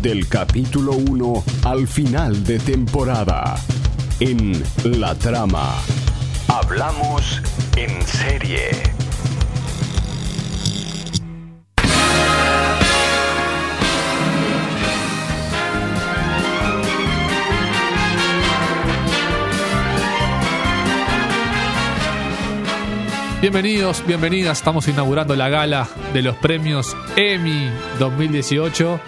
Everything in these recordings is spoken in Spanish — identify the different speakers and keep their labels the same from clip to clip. Speaker 1: del capítulo 1 al final de temporada. En La Trama. Hablamos en serie.
Speaker 2: Bienvenidos, bienvenidas. Estamos inaugurando la gala de los premios Emmy 2018.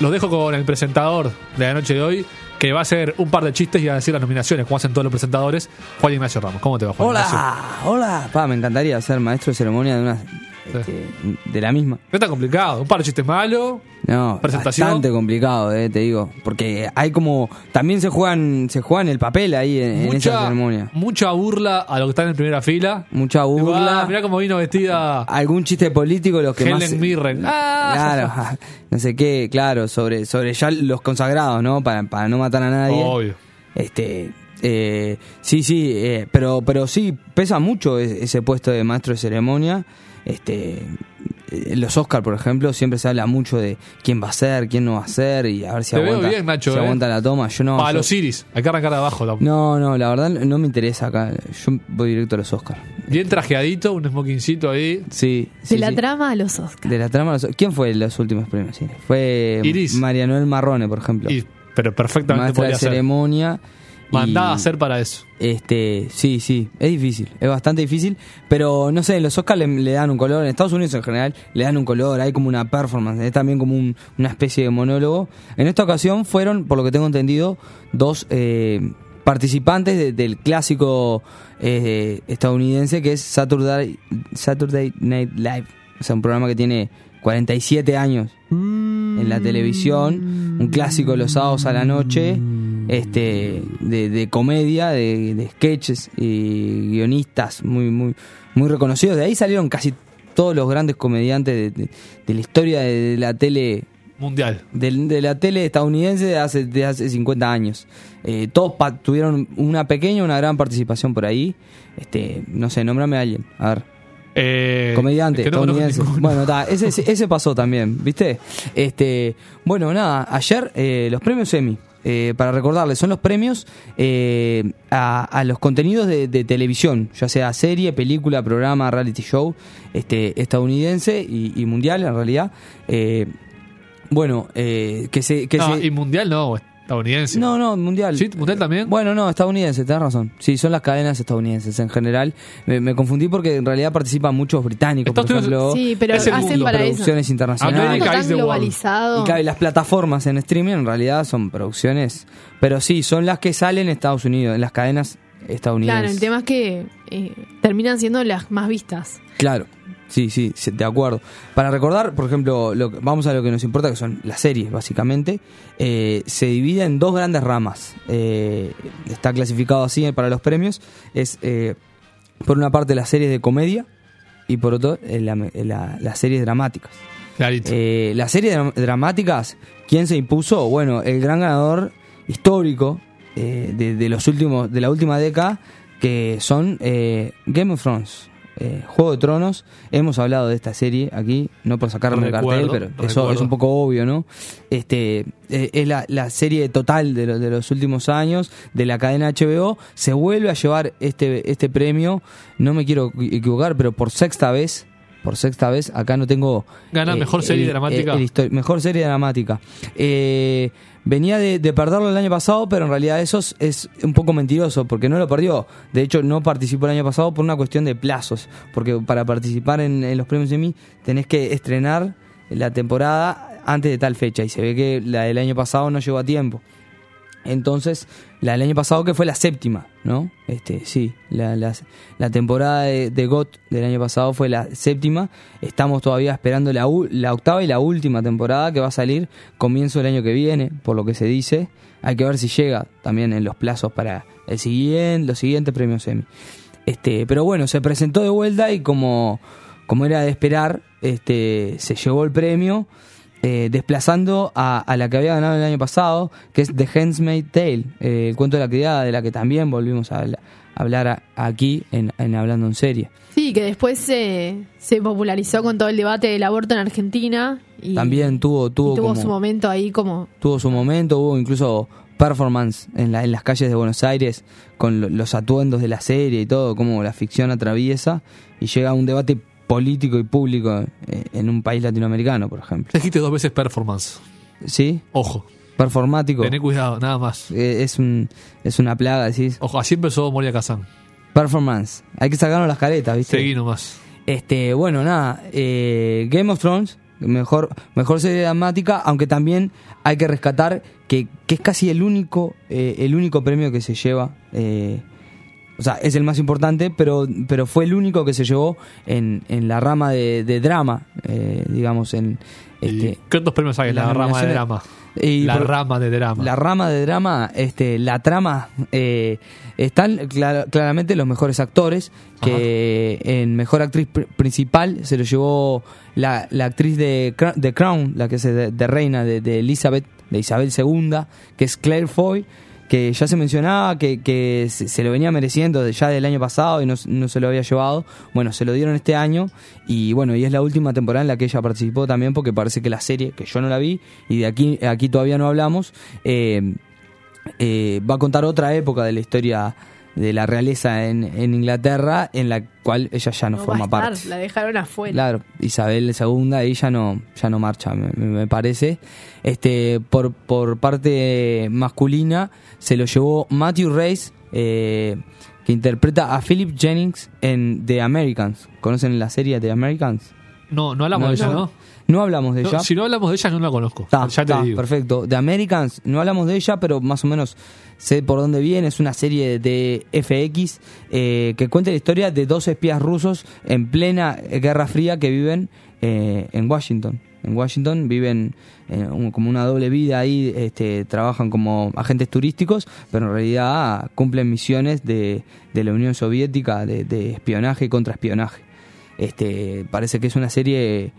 Speaker 2: Los dejo con el presentador de la noche de hoy, que va a hacer un par de chistes y a decir las nominaciones, como hacen todos los presentadores. Juan Ignacio Ramos, ¿cómo te va, Juan Ignacio?
Speaker 3: Hola, hola. Pa, me encantaría ser maestro de ceremonia de una este, de la misma.
Speaker 2: No está complicado, un par de chistes malos.
Speaker 3: No,
Speaker 2: Presentación.
Speaker 3: bastante complicado, eh, te digo, porque hay como también se juegan se juegan el papel ahí en, en esa
Speaker 2: Mucha,
Speaker 3: ceremonia.
Speaker 2: mucha burla a los que están en primera fila.
Speaker 3: Mucha burla.
Speaker 2: Ah, mirá cómo vino vestida
Speaker 3: algún chiste político los que
Speaker 2: Helen
Speaker 3: más
Speaker 2: Mirren. Ah.
Speaker 3: claro ah, no sé qué claro sobre sobre ya los consagrados no para, para no matar a nadie
Speaker 2: Obvio.
Speaker 3: este eh, sí sí eh, pero pero sí pesa mucho es- ese puesto de maestro de ceremonia este eh, los Oscar por ejemplo siempre se habla mucho de quién va a ser quién no va a ser y a ver si
Speaker 2: Te veo
Speaker 3: aguanta
Speaker 2: bien, Nacho,
Speaker 3: si
Speaker 2: eh.
Speaker 3: aguanta la toma yo no
Speaker 2: para
Speaker 3: yo-
Speaker 2: los Iris. Hay que arrancar de abajo. la-
Speaker 3: no no la verdad no me interesa acá yo voy directo a los Oscar
Speaker 2: Bien trajeadito, un smokincito ahí.
Speaker 3: sí
Speaker 4: De
Speaker 3: sí,
Speaker 4: la
Speaker 3: sí.
Speaker 4: trama a los Oscars.
Speaker 3: De la trama, los- ¿quién fue en los últimos premios? Sí, Fue
Speaker 2: Iris.
Speaker 3: Marianoel Marrone, por ejemplo.
Speaker 2: Y- pero perfectamente
Speaker 3: Maestra de
Speaker 2: podía ser.
Speaker 3: ceremonia. y,
Speaker 2: Mandada a hacer para eso.
Speaker 3: Este, sí, sí, es difícil, es bastante difícil, pero no sé, en los Oscars le, le dan un color, en Estados Unidos en general le dan un color, hay como una performance, es también como un- una especie de monólogo. En esta ocasión fueron, por lo que tengo entendido, dos eh, participantes de- del clásico eh, estadounidense que es Saturday, Saturday Night Live, o sea, un programa que tiene 47 años en la televisión, un clásico de los sábados a la noche, este, de, de comedia, de, de sketches y guionistas muy, muy, muy reconocidos. De ahí salieron casi todos los grandes comediantes de, de- de la historia de, de la tele.
Speaker 2: Mundial.
Speaker 3: del- De, la tele estadounidense de hace, de hace 50 años. Eh, todos pa- tuvieron una pequeña, una gran participación por ahí. Este, no sé, nómbrame a alguien. A ver.
Speaker 2: Eh,
Speaker 3: Comediante,
Speaker 2: que no conozco
Speaker 3: estadounidense.
Speaker 2: ninguno.
Speaker 3: Bueno, ta, ese, ese- ese pasó también, ¿viste? Este, bueno, nada, ayer eh, los premios Emmy, eh, para recordarles, son los premios eh, a, a los contenidos de, de televisión, ya sea serie, película, programa, reality show, este, estadounidense y, y mundial en realidad. Eh, bueno, eh, que se... Que
Speaker 2: No,
Speaker 3: se-
Speaker 2: y mundial no, estadounidense.
Speaker 3: no, no, mundial.
Speaker 2: ¿Sí? ¿Mundial también?
Speaker 3: Bueno, no, estadounidense, tenés razón. Sí, son las cadenas estadounidenses en general. Me, me confundí porque en realidad participan muchos británicos, por
Speaker 2: Estados
Speaker 3: ejemplo.
Speaker 2: Unidos-
Speaker 4: Sí, pero
Speaker 2: Es el
Speaker 4: hacen
Speaker 2: mundo,
Speaker 4: para eso.
Speaker 3: producciones
Speaker 2: Ah,
Speaker 4: Un
Speaker 3: internacionales.
Speaker 4: mundo
Speaker 2: América
Speaker 4: tan
Speaker 2: is the world.
Speaker 4: globalizado.
Speaker 3: Y claro, y las plataformas en streaming en realidad son producciones, pero sí, son las que salen en Estados Unidos, en las cadenas
Speaker 4: Claro, el
Speaker 3: estadounidenses.
Speaker 4: tema es que eh, terminan siendo las más vistas.
Speaker 3: Claro, sí, sí, sí, de acuerdo. Para recordar, por ejemplo, lo que- vamos a lo que nos importa, que son las series, básicamente. Eh, se divide en dos grandes ramas. Eh, está clasificado así eh, para los premios. Es, eh, por una parte, las series de comedia y por otro, eh, la- la- las series dramáticas.
Speaker 2: Clarito.
Speaker 3: Eh, las series dra- dramáticas, ¿quién se impuso? Bueno, el gran ganador histórico eh, de, de los últimos, de la última década, que son eh, Game of Thrones. eh, Juego de Tronos, hemos hablado de esta serie aquí, no por sacarme el cartel,
Speaker 2: Recuerdo,
Speaker 3: pero eso es
Speaker 2: recuerdo.
Speaker 3: un poco obvio, ¿no? Este eh, es la, la serie total de, lo- de los últimos años de la cadena HBO. Se vuelve a llevar este, este premio, no me quiero equivocar, pero por sexta vez, por sexta vez, acá no tengo eh,
Speaker 2: Gana mejor serie dramática.
Speaker 3: el histori- mejor serie dramática. Eh, venía de, de perderlo el año pasado, pero en realidad eso es, es un poco mentiroso, porque no lo perdió. De hecho, no participó el año pasado por una cuestión de plazos, porque para participar en, en los premios Emmy tenés que estrenar la temporada antes de tal fecha, y se ve que la del año pasado no llegó a tiempo. Entonces, la del año pasado que fue la séptima, ¿no? Este, sí, la, la- la temporada de, de GOT del año pasado fue la séptima. Estamos todavía esperando la, u- la octava y la última temporada que va a salir comienzo del año que viene, por lo que se dice. Hay que ver si llega también en los plazos para el siguiente, los siguientes premios Emmy. Este, pero bueno, se presentó de vuelta y como, como era de esperar, este, se llevó el premio, eh, desplazando a, a la que había ganado el año pasado, que es The Handmaid's Tale, eh, el cuento de la criada, de la que también volvimos a habla- hablar a- aquí en, en Hablando en Serie.
Speaker 4: Sí, que después se, se popularizó con todo el debate del aborto en Argentina Y-
Speaker 3: También tuvo,
Speaker 4: y
Speaker 3: tuvo,
Speaker 4: tuvo
Speaker 3: como-
Speaker 4: su momento ahí como
Speaker 3: tuvo su momento, hubo incluso performance en, la- en las calles de Buenos Aires con lo- los atuendos de la serie y todo, como la ficción atraviesa y llega a un debate político y público eh, en un país latinoamericano, por ejemplo.
Speaker 2: Dijiste dos veces performance.
Speaker 3: ¿Sí?
Speaker 2: Ojo,
Speaker 3: Performático.
Speaker 2: tené cuidado, nada más.
Speaker 3: Eh, es, un, es una plaga, decís.
Speaker 2: Ojo, así empezó Moria Kazan.
Speaker 3: Performance. Hay que sacarnos las caretas, ¿viste?
Speaker 2: Seguí nomás.
Speaker 3: Este, bueno, nada, eh, Game of Thrones, mejor, mejor serie dramática, aunque también hay que rescatar que, que es casi el único, eh, el único premio que se lleva. eh, o sea, es el más importante, pero, pero fue el único que se llevó en, en la rama de, de drama, eh, digamos, en
Speaker 2: ¿Y
Speaker 3: este,
Speaker 2: ¿Qué otros premios hay? en
Speaker 3: las
Speaker 2: La rama de
Speaker 3: nominaciones-
Speaker 2: drama.
Speaker 3: Y
Speaker 2: la
Speaker 3: por-
Speaker 2: rama de drama.
Speaker 3: la rama de drama, este, la trama, eh, están cla- claramente los mejores actores, que en Mejor Actriz pr- Principal se lo llevó la, la actriz de, Cra- de Crown, la que es de, de reina de, de Elizabeth, de Isabel II, que es Claire Foy, que ya se mencionaba que, que se, se lo venía mereciendo de- ya del año pasado y no, s- no se lo había llevado. Bueno, se lo dieron este año y bueno, y es la última temporada en la que ella participó también porque parece que la serie, que yo no la vi y de aquí, aquí todavía no hablamos, eh, eh, va a contar otra época de la historia de la realeza en, en Inglaterra en la cual ella ya no,
Speaker 4: no
Speaker 3: forma
Speaker 4: va a estar,
Speaker 3: parte.
Speaker 4: la dejaron afuera.
Speaker 3: Claro, Isabel II ahí ya no, ya no marcha, me, me- me parece. Este, por, por parte masculina se lo llevó Matthew Reyes, eh, que interpreta a Philip Jennings en The Americans. ¿Conocen la serie The Americans?
Speaker 2: No, no hablamos de ella, ¿no?
Speaker 3: No hablamos de
Speaker 2: No,
Speaker 3: ella.
Speaker 2: si no hablamos de ella, no la conozco.
Speaker 3: Está,
Speaker 2: ya te
Speaker 3: está,
Speaker 2: digo.
Speaker 3: perfecto. The Americans, no hablamos de ella, pero más o menos sé por dónde viene. Es una serie de FX eh, que cuenta la historia de dos espías rusos en plena Guerra Fría que viven eh, en Washington. En Washington viven eh, un- como una doble vida ahí, este, trabajan como agentes turísticos, pero en realidad cumplen misiones de, de la Unión Soviética de, de espionaje y contraespionaje. Este, parece que es una serie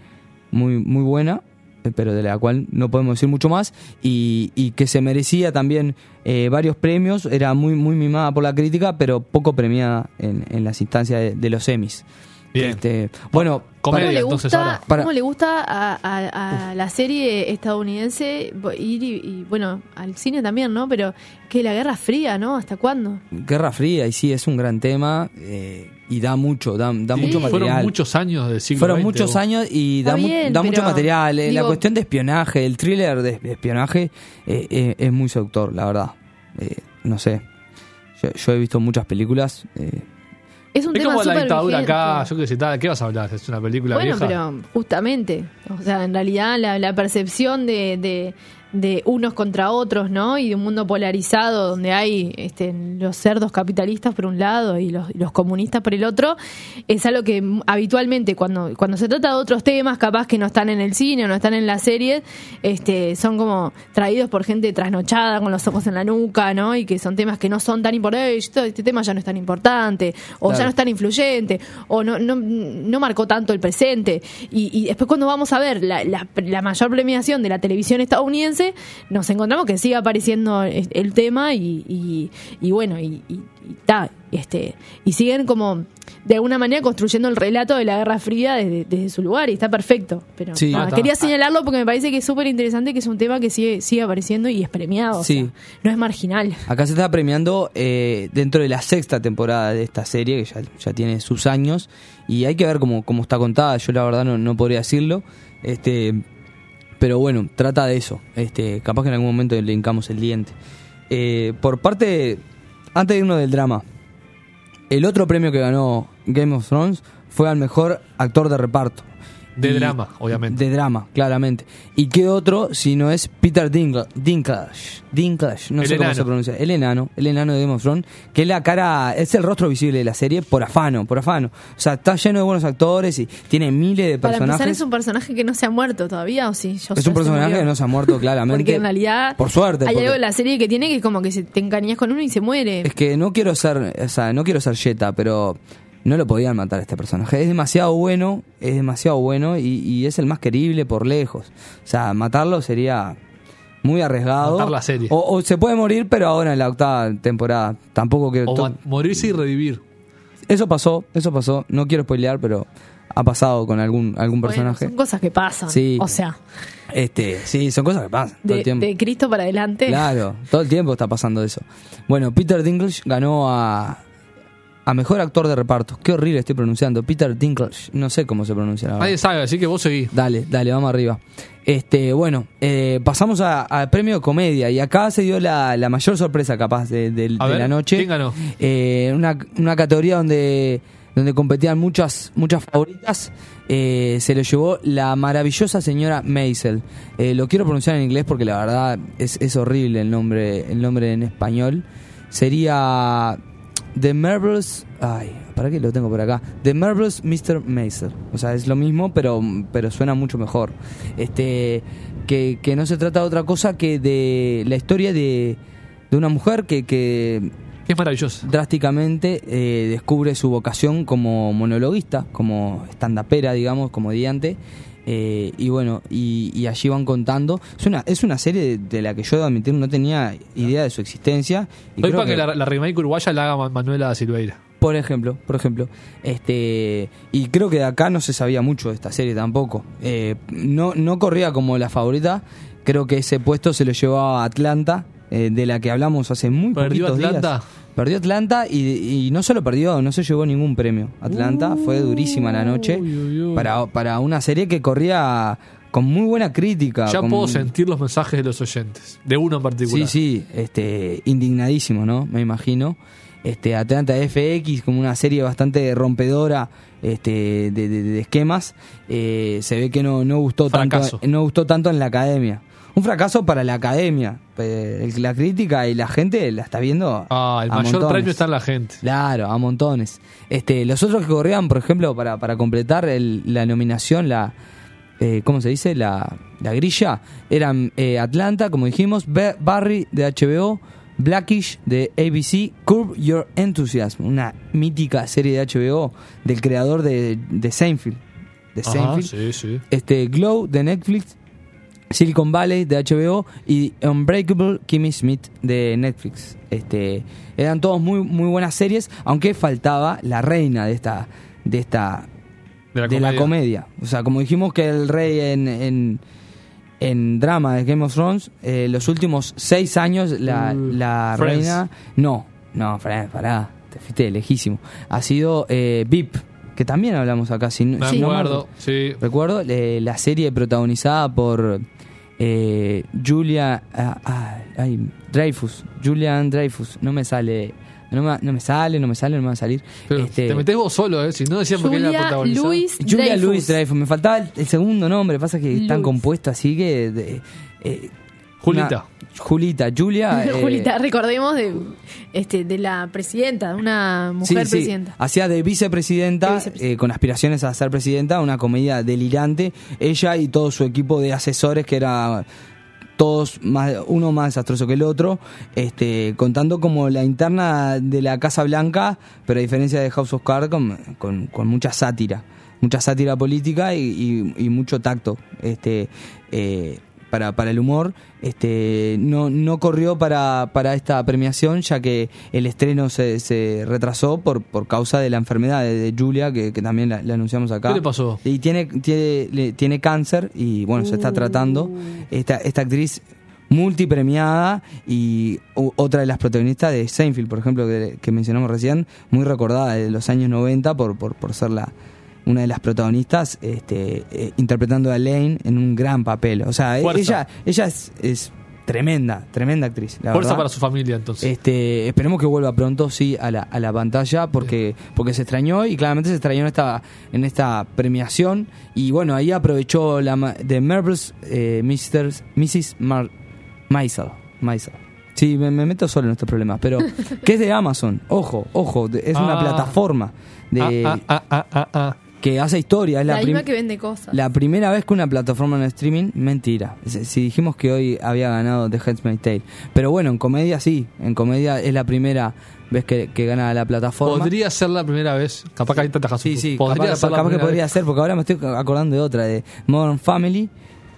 Speaker 3: muy, muy buena, eh, pero de la cual no podemos decir mucho más, y, y que se merecía también eh, varios premios, era muy, muy mimada por la crítica, pero poco premiada en, en las instancias de, de los Emmys.
Speaker 2: Bien.
Speaker 3: Este, bueno,
Speaker 4: ¿Cómo
Speaker 2: Comedia,
Speaker 4: le
Speaker 2: entonces,
Speaker 4: gusta,
Speaker 2: ahora.
Speaker 3: Para-
Speaker 4: cómo le gusta a, a- a la serie estadounidense bo- ir y, y, bueno, al cine también, ¿no? Pero que la Guerra Fría, ¿no? ¿Hasta cuándo?
Speaker 3: Guerra Fría, y sí, es un gran tema, eh, y da mucho, da, da
Speaker 2: Sí,
Speaker 3: mucho material.
Speaker 2: Fueron muchos años del siglo
Speaker 3: Fueron
Speaker 2: XX,
Speaker 3: muchos
Speaker 2: vos.
Speaker 3: años y
Speaker 4: Está
Speaker 3: da, mu-
Speaker 4: bien,
Speaker 3: da
Speaker 4: pero
Speaker 3: mucho material. Eh, la
Speaker 4: digo-
Speaker 3: cuestión de espionaje, el thriller de de espionaje eh, eh, es muy seductor, la verdad. Eh, no sé. Yo, yo he visto muchas películas. eh,
Speaker 4: Es un
Speaker 2: Es
Speaker 4: tema
Speaker 2: como la
Speaker 4: súper
Speaker 2: dictadura
Speaker 4: vigente.
Speaker 2: acá, yo qué sé, tal, ¿qué vas a hablar? Es una película
Speaker 4: Bueno,
Speaker 2: vieja.
Speaker 4: pero justamente, o sea, en realidad la, la percepción de, de- de unos contra otros, ¿no? Y de un mundo polarizado donde hay este, los cerdos capitalistas por un lado y los, y los comunistas por el otro, es algo que mm, habitualmente cuando, cuando se trata de otros temas, capaz que no están en el cine o no están en las series, este, son como traídos por gente trasnochada con los ojos en la nuca, ¿no? Y que son temas que no son tan importantes, "Ey, este tema ya no es tan importante, o
Speaker 3: Claro.
Speaker 4: ya no es tan influyente, o no, no, no marcó tanto el presente. Y, y después cuando vamos a ver la, la- la mayor premiación de la televisión estadounidense, nos encontramos que sigue apareciendo es- el tema y, y- y bueno, y, y- y ta, este, y siguen como de alguna manera construyendo el relato de la Guerra Fría desde, desde su lugar y está perfecto. Pero
Speaker 3: Sí.
Speaker 4: nada,
Speaker 2: Ah, está.
Speaker 4: quería señalarlo porque me parece que es súper interesante, que es un tema que sigue, sigue apareciendo y es premiado. o
Speaker 3: Sí.
Speaker 4: sea, no es marginal.
Speaker 3: acá se está premiando eh, dentro de la sexta temporada de esta serie, que ya, ya tiene sus años. Y hay que ver cómo, cómo está contada. Yo la verdad no, no podría decirlo. Este, pero bueno, trata de eso. Este, capaz que en algún momento le hincamos el diente. Eh, por parte. Antes de irnos del drama. El otro premio que ganó Game of Thrones fue al mejor actor de reparto.
Speaker 2: De drama, obviamente.
Speaker 3: De drama, claramente. ¿Y qué otro si no es Peter Dinkla- Dinklage? Dinklage, no
Speaker 2: El
Speaker 3: sé cómo se
Speaker 2: enano.
Speaker 3: pronuncia. El enano, el enano de Game of Thrones, que es la cara, es el rostro visible de la serie por afano, por afano. O sea, está lleno de buenos actores y tiene miles de
Speaker 4: Para
Speaker 3: personajes.
Speaker 4: empezar, es un personaje que no se ha muerto todavía, ¿o sí? Yo
Speaker 3: Es
Speaker 4: sé,
Speaker 3: un personaje
Speaker 4: murió.
Speaker 3: que no se ha muerto claramente.
Speaker 4: Porque en realidad.
Speaker 3: Por suerte.
Speaker 4: Hay
Speaker 3: porque-
Speaker 4: algo de la serie que tiene que como que se te encariñas con uno y se muere.
Speaker 3: Es que no quiero ser, o sea, no quiero ser Jetta, pero no lo podían matar a este personaje. Es demasiado bueno, es demasiado bueno y, y es el más querible por lejos. O sea, matarlo sería muy arriesgado.
Speaker 2: Matar la serie.
Speaker 3: O, o se puede morir, pero ahora en la octava temporada. Tampoco quiero.
Speaker 2: O ma- morirse y revivir.
Speaker 3: Eso pasó, eso pasó. No quiero spoilear, pero ha pasado con algún, algún
Speaker 4: Bueno,
Speaker 3: personaje.
Speaker 4: son cosas que pasan.
Speaker 3: Sí.
Speaker 4: O sea,
Speaker 3: Este, sí, son cosas que pasan todo
Speaker 4: de,
Speaker 3: el tiempo.
Speaker 4: de Cristo para adelante.
Speaker 3: Claro, todo el tiempo está pasando eso. Bueno, Peter Dinklage ganó a, a Mejor Actor de Reparto. Qué horrible estoy pronunciando. Peter Dinklage, no sé cómo se pronuncia la verdad.
Speaker 2: Nadie sabe, así que vos seguís.
Speaker 3: Dale, dale, vamos arriba. Este, bueno, eh, pasamos a- al premio comedia y acá se dio la, la mayor sorpresa capaz de, de-
Speaker 2: A
Speaker 3: de
Speaker 2: ver,
Speaker 3: la noche.
Speaker 2: ¿quién ganó?
Speaker 3: Eh, una, una categoría donde, donde competían muchas, muchas favoritas. eh, se lo llevó la maravillosa señora Maisel. Eh, lo quiero pronunciar en inglés porque la verdad es, es horrible el nombre, el nombre en español. Sería The Marvelous. Ay, ¿para qué lo tengo por acá? The Marvelous Mr. Maisel. O sea, es lo mismo, pero, pero suena mucho mejor. Este. Que, que no se trata de otra cosa que de la historia de, de una mujer que, que
Speaker 2: Que es maravilloso.
Speaker 3: drásticamente eh, descubre su vocación como monologuista, como estandapera, digamos, como diante. Eh, y bueno, y, y allí van contando. Es una, es una serie de, de la que yo, debo admitir, no tenía idea de su existencia. Y
Speaker 2: Hoy
Speaker 3: creo
Speaker 2: para que,
Speaker 3: que-
Speaker 2: la, la remake uruguaya la haga Ma- Manuela Silveira.
Speaker 3: por ejemplo, por ejemplo. Este, y creo que de acá no se sabía mucho de esta serie tampoco. Eh, no, no corría como la favorita. Creo que ese puesto se lo llevaba Atlanta, eh, de la que hablamos hace muy
Speaker 2: ¿Perdió
Speaker 3: poquitos
Speaker 2: Atlanta?
Speaker 3: días. Perdió Atlanta y, y no solo perdió, no se llevó ningún premio. Atlanta fue durísima la noche
Speaker 2: Uy, uy, uy.
Speaker 3: Para, para una serie que corría con muy buena crítica.
Speaker 2: Ya
Speaker 3: con-
Speaker 2: puedo sentir los mensajes de los oyentes. De uno en particular.
Speaker 3: Sí, sí, este, indignadísimo, ¿no? Me imagino. Este, Atlanta FX, como una serie bastante rompedora este, de, de- de esquemas, eh, se ve que no, no, gustó tanto,
Speaker 2: Fracaso.
Speaker 3: no gustó tanto en la academia. Un fracaso para la academia. Eh, el- la crítica y la gente la está viendo.
Speaker 2: Ah, el
Speaker 3: a
Speaker 2: mayor
Speaker 3: montones.
Speaker 2: premio está en la gente.
Speaker 3: Claro, a montones. Este, los otros que corrían, por ejemplo, para, para completar el- la nominación, la eh, ¿cómo se dice? La, la grilla, eran eh, Atlanta, como dijimos, Ba- Barry de HBO, Blackish de ABC, Curb Your Enthusiasm, una mítica serie de HBO del creador de, de Seinfeld. De
Speaker 2: Ajá, sí,
Speaker 3: Seinfeld.
Speaker 2: sí.
Speaker 3: Este, Glow de Netflix, Silicon Valley de HBO y Unbreakable Kimmy Smith de Netflix. Este, eran todos muy, muy buenas series, aunque faltaba la reina de esta, de esta,
Speaker 2: De la
Speaker 3: de
Speaker 2: comedia.
Speaker 3: la comedia. O sea, como dijimos que el rey en, en, en drama de Game of Thrones, eh, los últimos seis años la,
Speaker 2: Uh,
Speaker 3: la
Speaker 2: Friends.
Speaker 3: reina... No, no, Friends, pará, te fuiste de lejísimo. Ha sido eh, VIP, que también hablamos acá. Si, no-
Speaker 2: Me
Speaker 3: si no me
Speaker 2: acuerdo, sí.
Speaker 3: Recuerdo eh, la serie protagonizada por eh, Julia ah, ah, ay, Dreyfus, Julian Dreyfus, no me sale, no me, no me sale, no me sale, no me va a salir.
Speaker 2: Pero
Speaker 3: Este,
Speaker 2: te metés vos solo, ¿eh? Si no decían porque era la
Speaker 4: Julia
Speaker 2: protagonista.
Speaker 4: Luis
Speaker 3: Julia
Speaker 4: Dreyfus.
Speaker 3: Louis Dreyfus, me faltaba el, el segundo nombre, pasa que están
Speaker 4: Louis.
Speaker 3: compuestos así que de- eh,
Speaker 2: Julita.
Speaker 3: una- Julita, Julia eh,
Speaker 4: Julita, recordemos de, este, de la presidenta, de una
Speaker 3: Sí, Ah,
Speaker 4: mujer
Speaker 3: sí.
Speaker 4: presidenta.
Speaker 3: Hacía de vicepresidenta,
Speaker 4: De vicepresidenta.
Speaker 3: eh, con aspiraciones a ser presidenta, una comedia delirante. Ella y todo su equipo de asesores, que era todos más, uno más desastroso que el otro, este, contando como la interna de la Casa Blanca, pero a diferencia de House of Cards, con, con- con mucha sátira, mucha sátira política y, y- y mucho tacto. Este, eh, para, para el humor, este, no, no corrió para, para esta premiación, ya que el estreno se, se retrasó por, por causa de la enfermedad de, de Julia, que, que también la, la anunciamos acá.
Speaker 2: ¿Qué le pasó?
Speaker 3: Y tiene, tiene, le- tiene cáncer y bueno, se está tratando.
Speaker 2: Uh.
Speaker 3: Esta, esta actriz multipremiada y u- otra de las protagonistas de Seinfeld, por ejemplo, que, que mencionamos recién, muy recordada de los años 90 por, por, por ser la, una de las protagonistas, este, eh, interpretando a Lane en un gran papel. O sea, e-
Speaker 2: Fuerza.
Speaker 3: ella, ella es, es tremenda, tremenda actriz. La
Speaker 2: Fuerza
Speaker 3: verdad.
Speaker 2: para su familia, entonces.
Speaker 3: Este, esperemos que vuelva pronto, sí, a la, a la pantalla, porque, porque se extrañó y claramente se extrañó en esta, en esta premiación. Y bueno, ahí aprovechó la ma- de Marbles, eh, Mr., Mrs. Mar Maisel. Maisel. Sí, me, me meto solo en estos problemas, pero que es de Amazon, ojo, ojo, de- es una
Speaker 2: Ah.
Speaker 3: plataforma de,
Speaker 2: Ah, ah, ah, ah, ah.
Speaker 3: que hace historia. Es
Speaker 4: La,
Speaker 3: la,
Speaker 4: misma
Speaker 3: prim-
Speaker 4: que vende cosas.
Speaker 3: la primera vez que una plataforma en streaming, mentira. Si si dijimos que hoy había ganado The Handmaid's Tale. Pero bueno, en comedia sí. En comedia es la primera vez que, que gana la plataforma.
Speaker 2: Podría ser la primera vez. Capaz que ahí te atajas un
Speaker 3: sí,
Speaker 2: poco.
Speaker 3: sí,
Speaker 2: Podría
Speaker 3: capaz,
Speaker 2: ser la
Speaker 3: capaz que
Speaker 2: primera
Speaker 3: podría
Speaker 2: vez.
Speaker 3: ser, porque ahora me estoy acordando de otra, de Modern Family,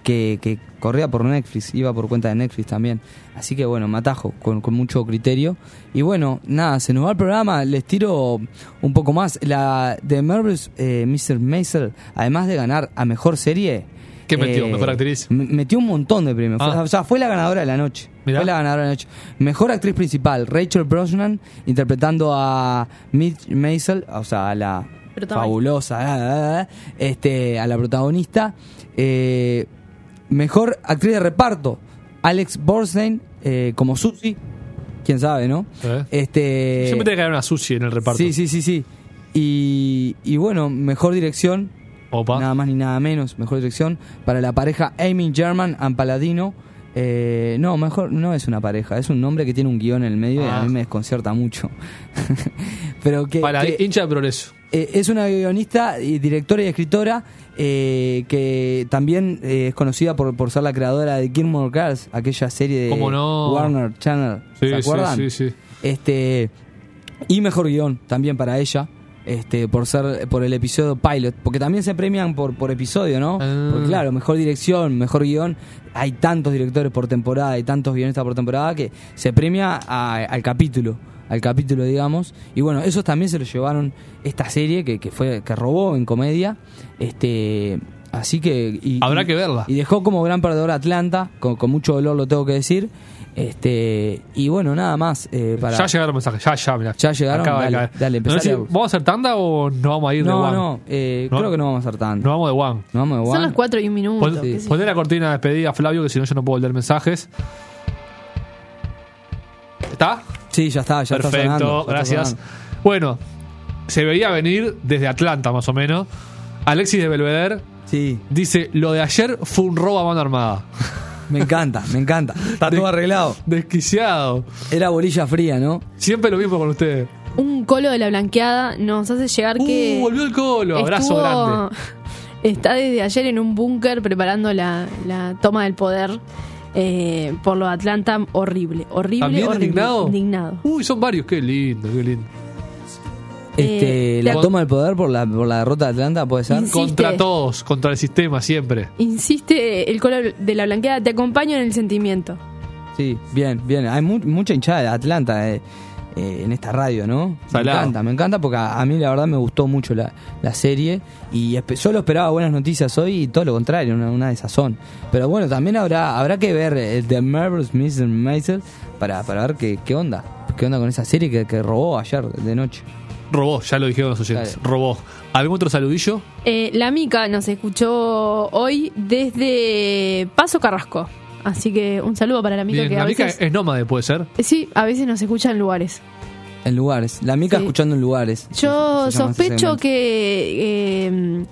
Speaker 3: que, que corría por Netflix, iba por cuenta de Netflix también. Así que bueno, me atajo con, con mucho criterio. Y bueno, nada, se nos va el programa, les tiro un poco más. La de Marvel's eh, Mr. Maisel, además de ganar a mejor serie. eh,
Speaker 2: ¿Qué metió? ¿Mejor actriz?
Speaker 3: me- Metió un montón de premios.
Speaker 2: Ah.
Speaker 3: Fue- o sea, fue la ganadora de la noche.
Speaker 2: Mirá.
Speaker 3: Fue la ganadora de la noche. Mejor actriz principal, Rachel Brosnan, interpretando a Mitch Maisel, o sea, a la
Speaker 4: Protagonista.
Speaker 3: fabulosa, ah, ah, ah, este, a la protagonista. Eh, mejor actriz de reparto, Alex Borstein, eh, como Susie. Quién sabe, ¿no?
Speaker 2: Eh.
Speaker 3: Este,
Speaker 2: Siempre tiene que haber una sushi en el reparto.
Speaker 3: Sí, sí, sí, sí. Y, y bueno, mejor dirección.
Speaker 2: Opa.
Speaker 3: Nada más ni nada menos. Mejor dirección para la pareja Amy German and Paladino. Eh, no, mejor no es una pareja, es un nombre que tiene un guión en el medio y
Speaker 2: Ah.
Speaker 3: a mí me desconcierta mucho. Pero que,
Speaker 2: Para
Speaker 3: que-
Speaker 2: hincha de progreso.
Speaker 3: eh, es una guionista, y directora y escritora eh, que también eh, es conocida por, por ser la creadora de Gilmore Girls, aquella serie de
Speaker 2: ¿Cómo no?
Speaker 3: Warner Channel.
Speaker 2: Sí,
Speaker 3: ¿Se acuerdan?
Speaker 2: sí, sí, sí.
Speaker 3: Este, y mejor guión también para ella. Este, por ser por el episodio pilot porque también se premian por por episodio no
Speaker 2: Ah.
Speaker 3: porque claro mejor dirección mejor guión hay tantos directores por temporada hay tantos guionistas por temporada que se premia a- al capítulo al capítulo digamos y bueno esos también se lo llevaron esta serie que, que fue que robó en comedia este así que y-
Speaker 2: Habrá
Speaker 3: y-
Speaker 2: que verla.
Speaker 3: y dejó como gran perdedor a Atlanta con, con mucho dolor lo tengo que decir este y bueno nada más eh, para
Speaker 2: Ya llegaron mensajes, ya, ya, mirá.
Speaker 3: Ya llegaron,
Speaker 2: Acaba de
Speaker 3: dale,
Speaker 2: caer.
Speaker 3: dale,
Speaker 2: No sé si-
Speaker 3: empezale vos.
Speaker 2: ¿Vamos a hacer tanda o no vamos a ir de
Speaker 3: No,
Speaker 2: one?
Speaker 3: no, eh,
Speaker 2: No.
Speaker 3: creo que no vamos a hacer tanto.
Speaker 2: Nos vamos de one.
Speaker 3: No vamos de
Speaker 4: Son
Speaker 3: guan.
Speaker 4: las 4 y un
Speaker 2: Pon-
Speaker 4: minuto. qué sé yo.
Speaker 2: Poné la cortina de despedida, Flavio, que si no yo no puedo leer mensajes. ¿Está?
Speaker 3: Sí, ya está, ya
Speaker 2: Perfecto,
Speaker 3: está sonando. ya está
Speaker 2: gracias.
Speaker 3: sonando.
Speaker 2: Bueno, se veía venir desde Atlanta, más o menos. Alexis de Belvedere
Speaker 3: Sí,
Speaker 2: dice: Lo de ayer fue un robo a mano armada.
Speaker 3: me encanta, me encanta. Está todo arreglado.
Speaker 2: Desquiciado.
Speaker 3: Era bolilla fría, ¿no?
Speaker 2: Siempre lo mismo con ustedes.
Speaker 4: Un colo de la blanqueada nos hace llegar que.
Speaker 2: Uh, volvió el colo. Abrazo
Speaker 4: estuvo-
Speaker 2: grande.
Speaker 4: Está desde ayer en un búnker preparando la, la toma del poder eh, por lo de Atlanta. Horrible, horrible,
Speaker 2: ¿También
Speaker 4: horrible.
Speaker 2: indignado?
Speaker 4: Indignado.
Speaker 2: Uy, son varios. Qué lindo, qué lindo.
Speaker 3: Este,
Speaker 4: Eh,
Speaker 3: la
Speaker 4: te-
Speaker 3: toma del poder por la, por la derrota de Atlanta, puede ser.
Speaker 4: Insiste.
Speaker 2: Contra todos, contra el sistema, siempre.
Speaker 4: Insiste el color de la blanqueada, te acompaño en el sentimiento.
Speaker 3: Sí, bien, bien. Hay mu- mucha hinchada de Atlanta eh, eh, en esta radio, ¿no?
Speaker 2: Salado.
Speaker 3: Me encanta, me encanta porque a, a mí la verdad me gustó mucho la, la serie y espe- solo esperaba buenas noticias hoy y todo lo contrario, una, una desazón. Pero bueno, también habrá habrá que ver eh, The Marvelous Mrs. Maisel para, para ver qué, qué onda, qué onda con esa serie que, que robó ayer de noche.
Speaker 2: Robó, ya lo dijeron los oyentes.
Speaker 3: Dale.
Speaker 2: Robó. ¿Algún otro saludillo?
Speaker 4: Eh, la Mica nos escuchó hoy desde Paso Carrasco. Así que un saludo para la Mica
Speaker 2: Bien,
Speaker 4: que a
Speaker 2: la mica
Speaker 4: veces.
Speaker 2: es nómade, puede ser.
Speaker 4: Sí, a veces nos escucha en lugares.
Speaker 3: En lugares, la mica
Speaker 4: Sí.
Speaker 3: escuchando en lugares. Se-
Speaker 4: Yo
Speaker 3: se llama ese
Speaker 4: sospecho
Speaker 3: segmento.
Speaker 4: que eh,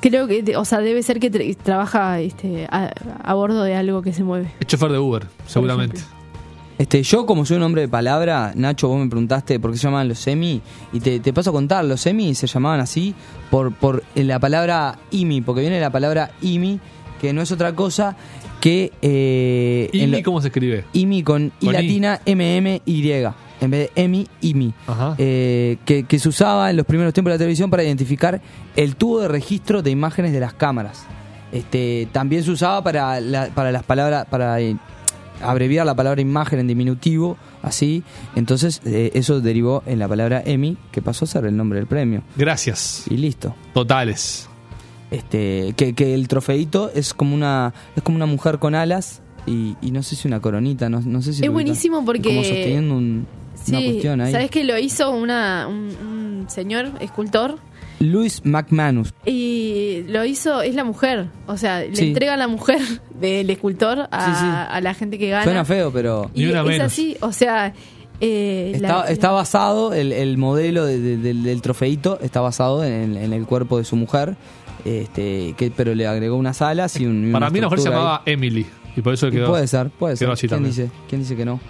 Speaker 4: creo que, de- o sea, debe ser que tra- trabaja este, a, a bordo de algo que se mueve.
Speaker 2: Es chofer de Uber, seguramente.
Speaker 3: Este, yo como soy un hombre de palabra, Nacho, vos me preguntaste por qué se llamaban los semi y te, te paso a contar, los semi se llamaban así por, por eh, la palabra imi, porque viene la palabra imi, que no es otra cosa que... eh, en
Speaker 2: ¿Y
Speaker 3: lo-
Speaker 2: cómo se escribe?
Speaker 3: imi con, I
Speaker 2: Con I.
Speaker 3: latina, M-M-Y, en vez de emi, imi,
Speaker 2: Ajá.
Speaker 3: eh, que, que se usaba en los primeros tiempos de la televisión para identificar el tubo de registro de imágenes de las cámaras. Este, también se usaba para, la- para las palabras, para eh, abreviar la palabra imagen en diminutivo, así. Entonces eh, eso derivó en la palabra emi, que pasó a ser el nombre del premio.
Speaker 2: Gracias.
Speaker 3: Y listo.
Speaker 2: Totales.
Speaker 3: Este, que, que el trofeito es como una es como una mujer con alas y, y no sé si una coronita, no, no sé si
Speaker 4: Es
Speaker 3: lo ubicas.
Speaker 4: buenísimo porque-
Speaker 3: como sosteniendo un- una
Speaker 4: Sí,
Speaker 3: cuestión ahí.
Speaker 4: sabes que lo hizo una, un, un señor escultor
Speaker 3: Luis McManus.
Speaker 4: y lo hizo es la mujer, o sea, le
Speaker 3: Sí.
Speaker 4: entrega a la mujer del escultor a,
Speaker 3: Sí, sí.
Speaker 4: a la gente que gana.
Speaker 3: Suena feo, pero
Speaker 4: Y
Speaker 2: Ni una
Speaker 4: es
Speaker 2: menos.
Speaker 4: así, o sea, eh, la-
Speaker 3: está, está basado el, el modelo de- de- del- del trofeito está basado en, en el cuerpo de su mujer. Este, que, pero le agregó unas alas y un y
Speaker 2: Para
Speaker 3: una
Speaker 2: mí la mujer se
Speaker 3: estructura ahí.
Speaker 2: llamaba Emily. Y por eso
Speaker 3: Y
Speaker 2: quedó.
Speaker 3: puede ser, puede
Speaker 2: quedó
Speaker 3: ser.
Speaker 2: así
Speaker 3: ¿Quién
Speaker 2: también.
Speaker 3: dice, ¿Quién dice que no?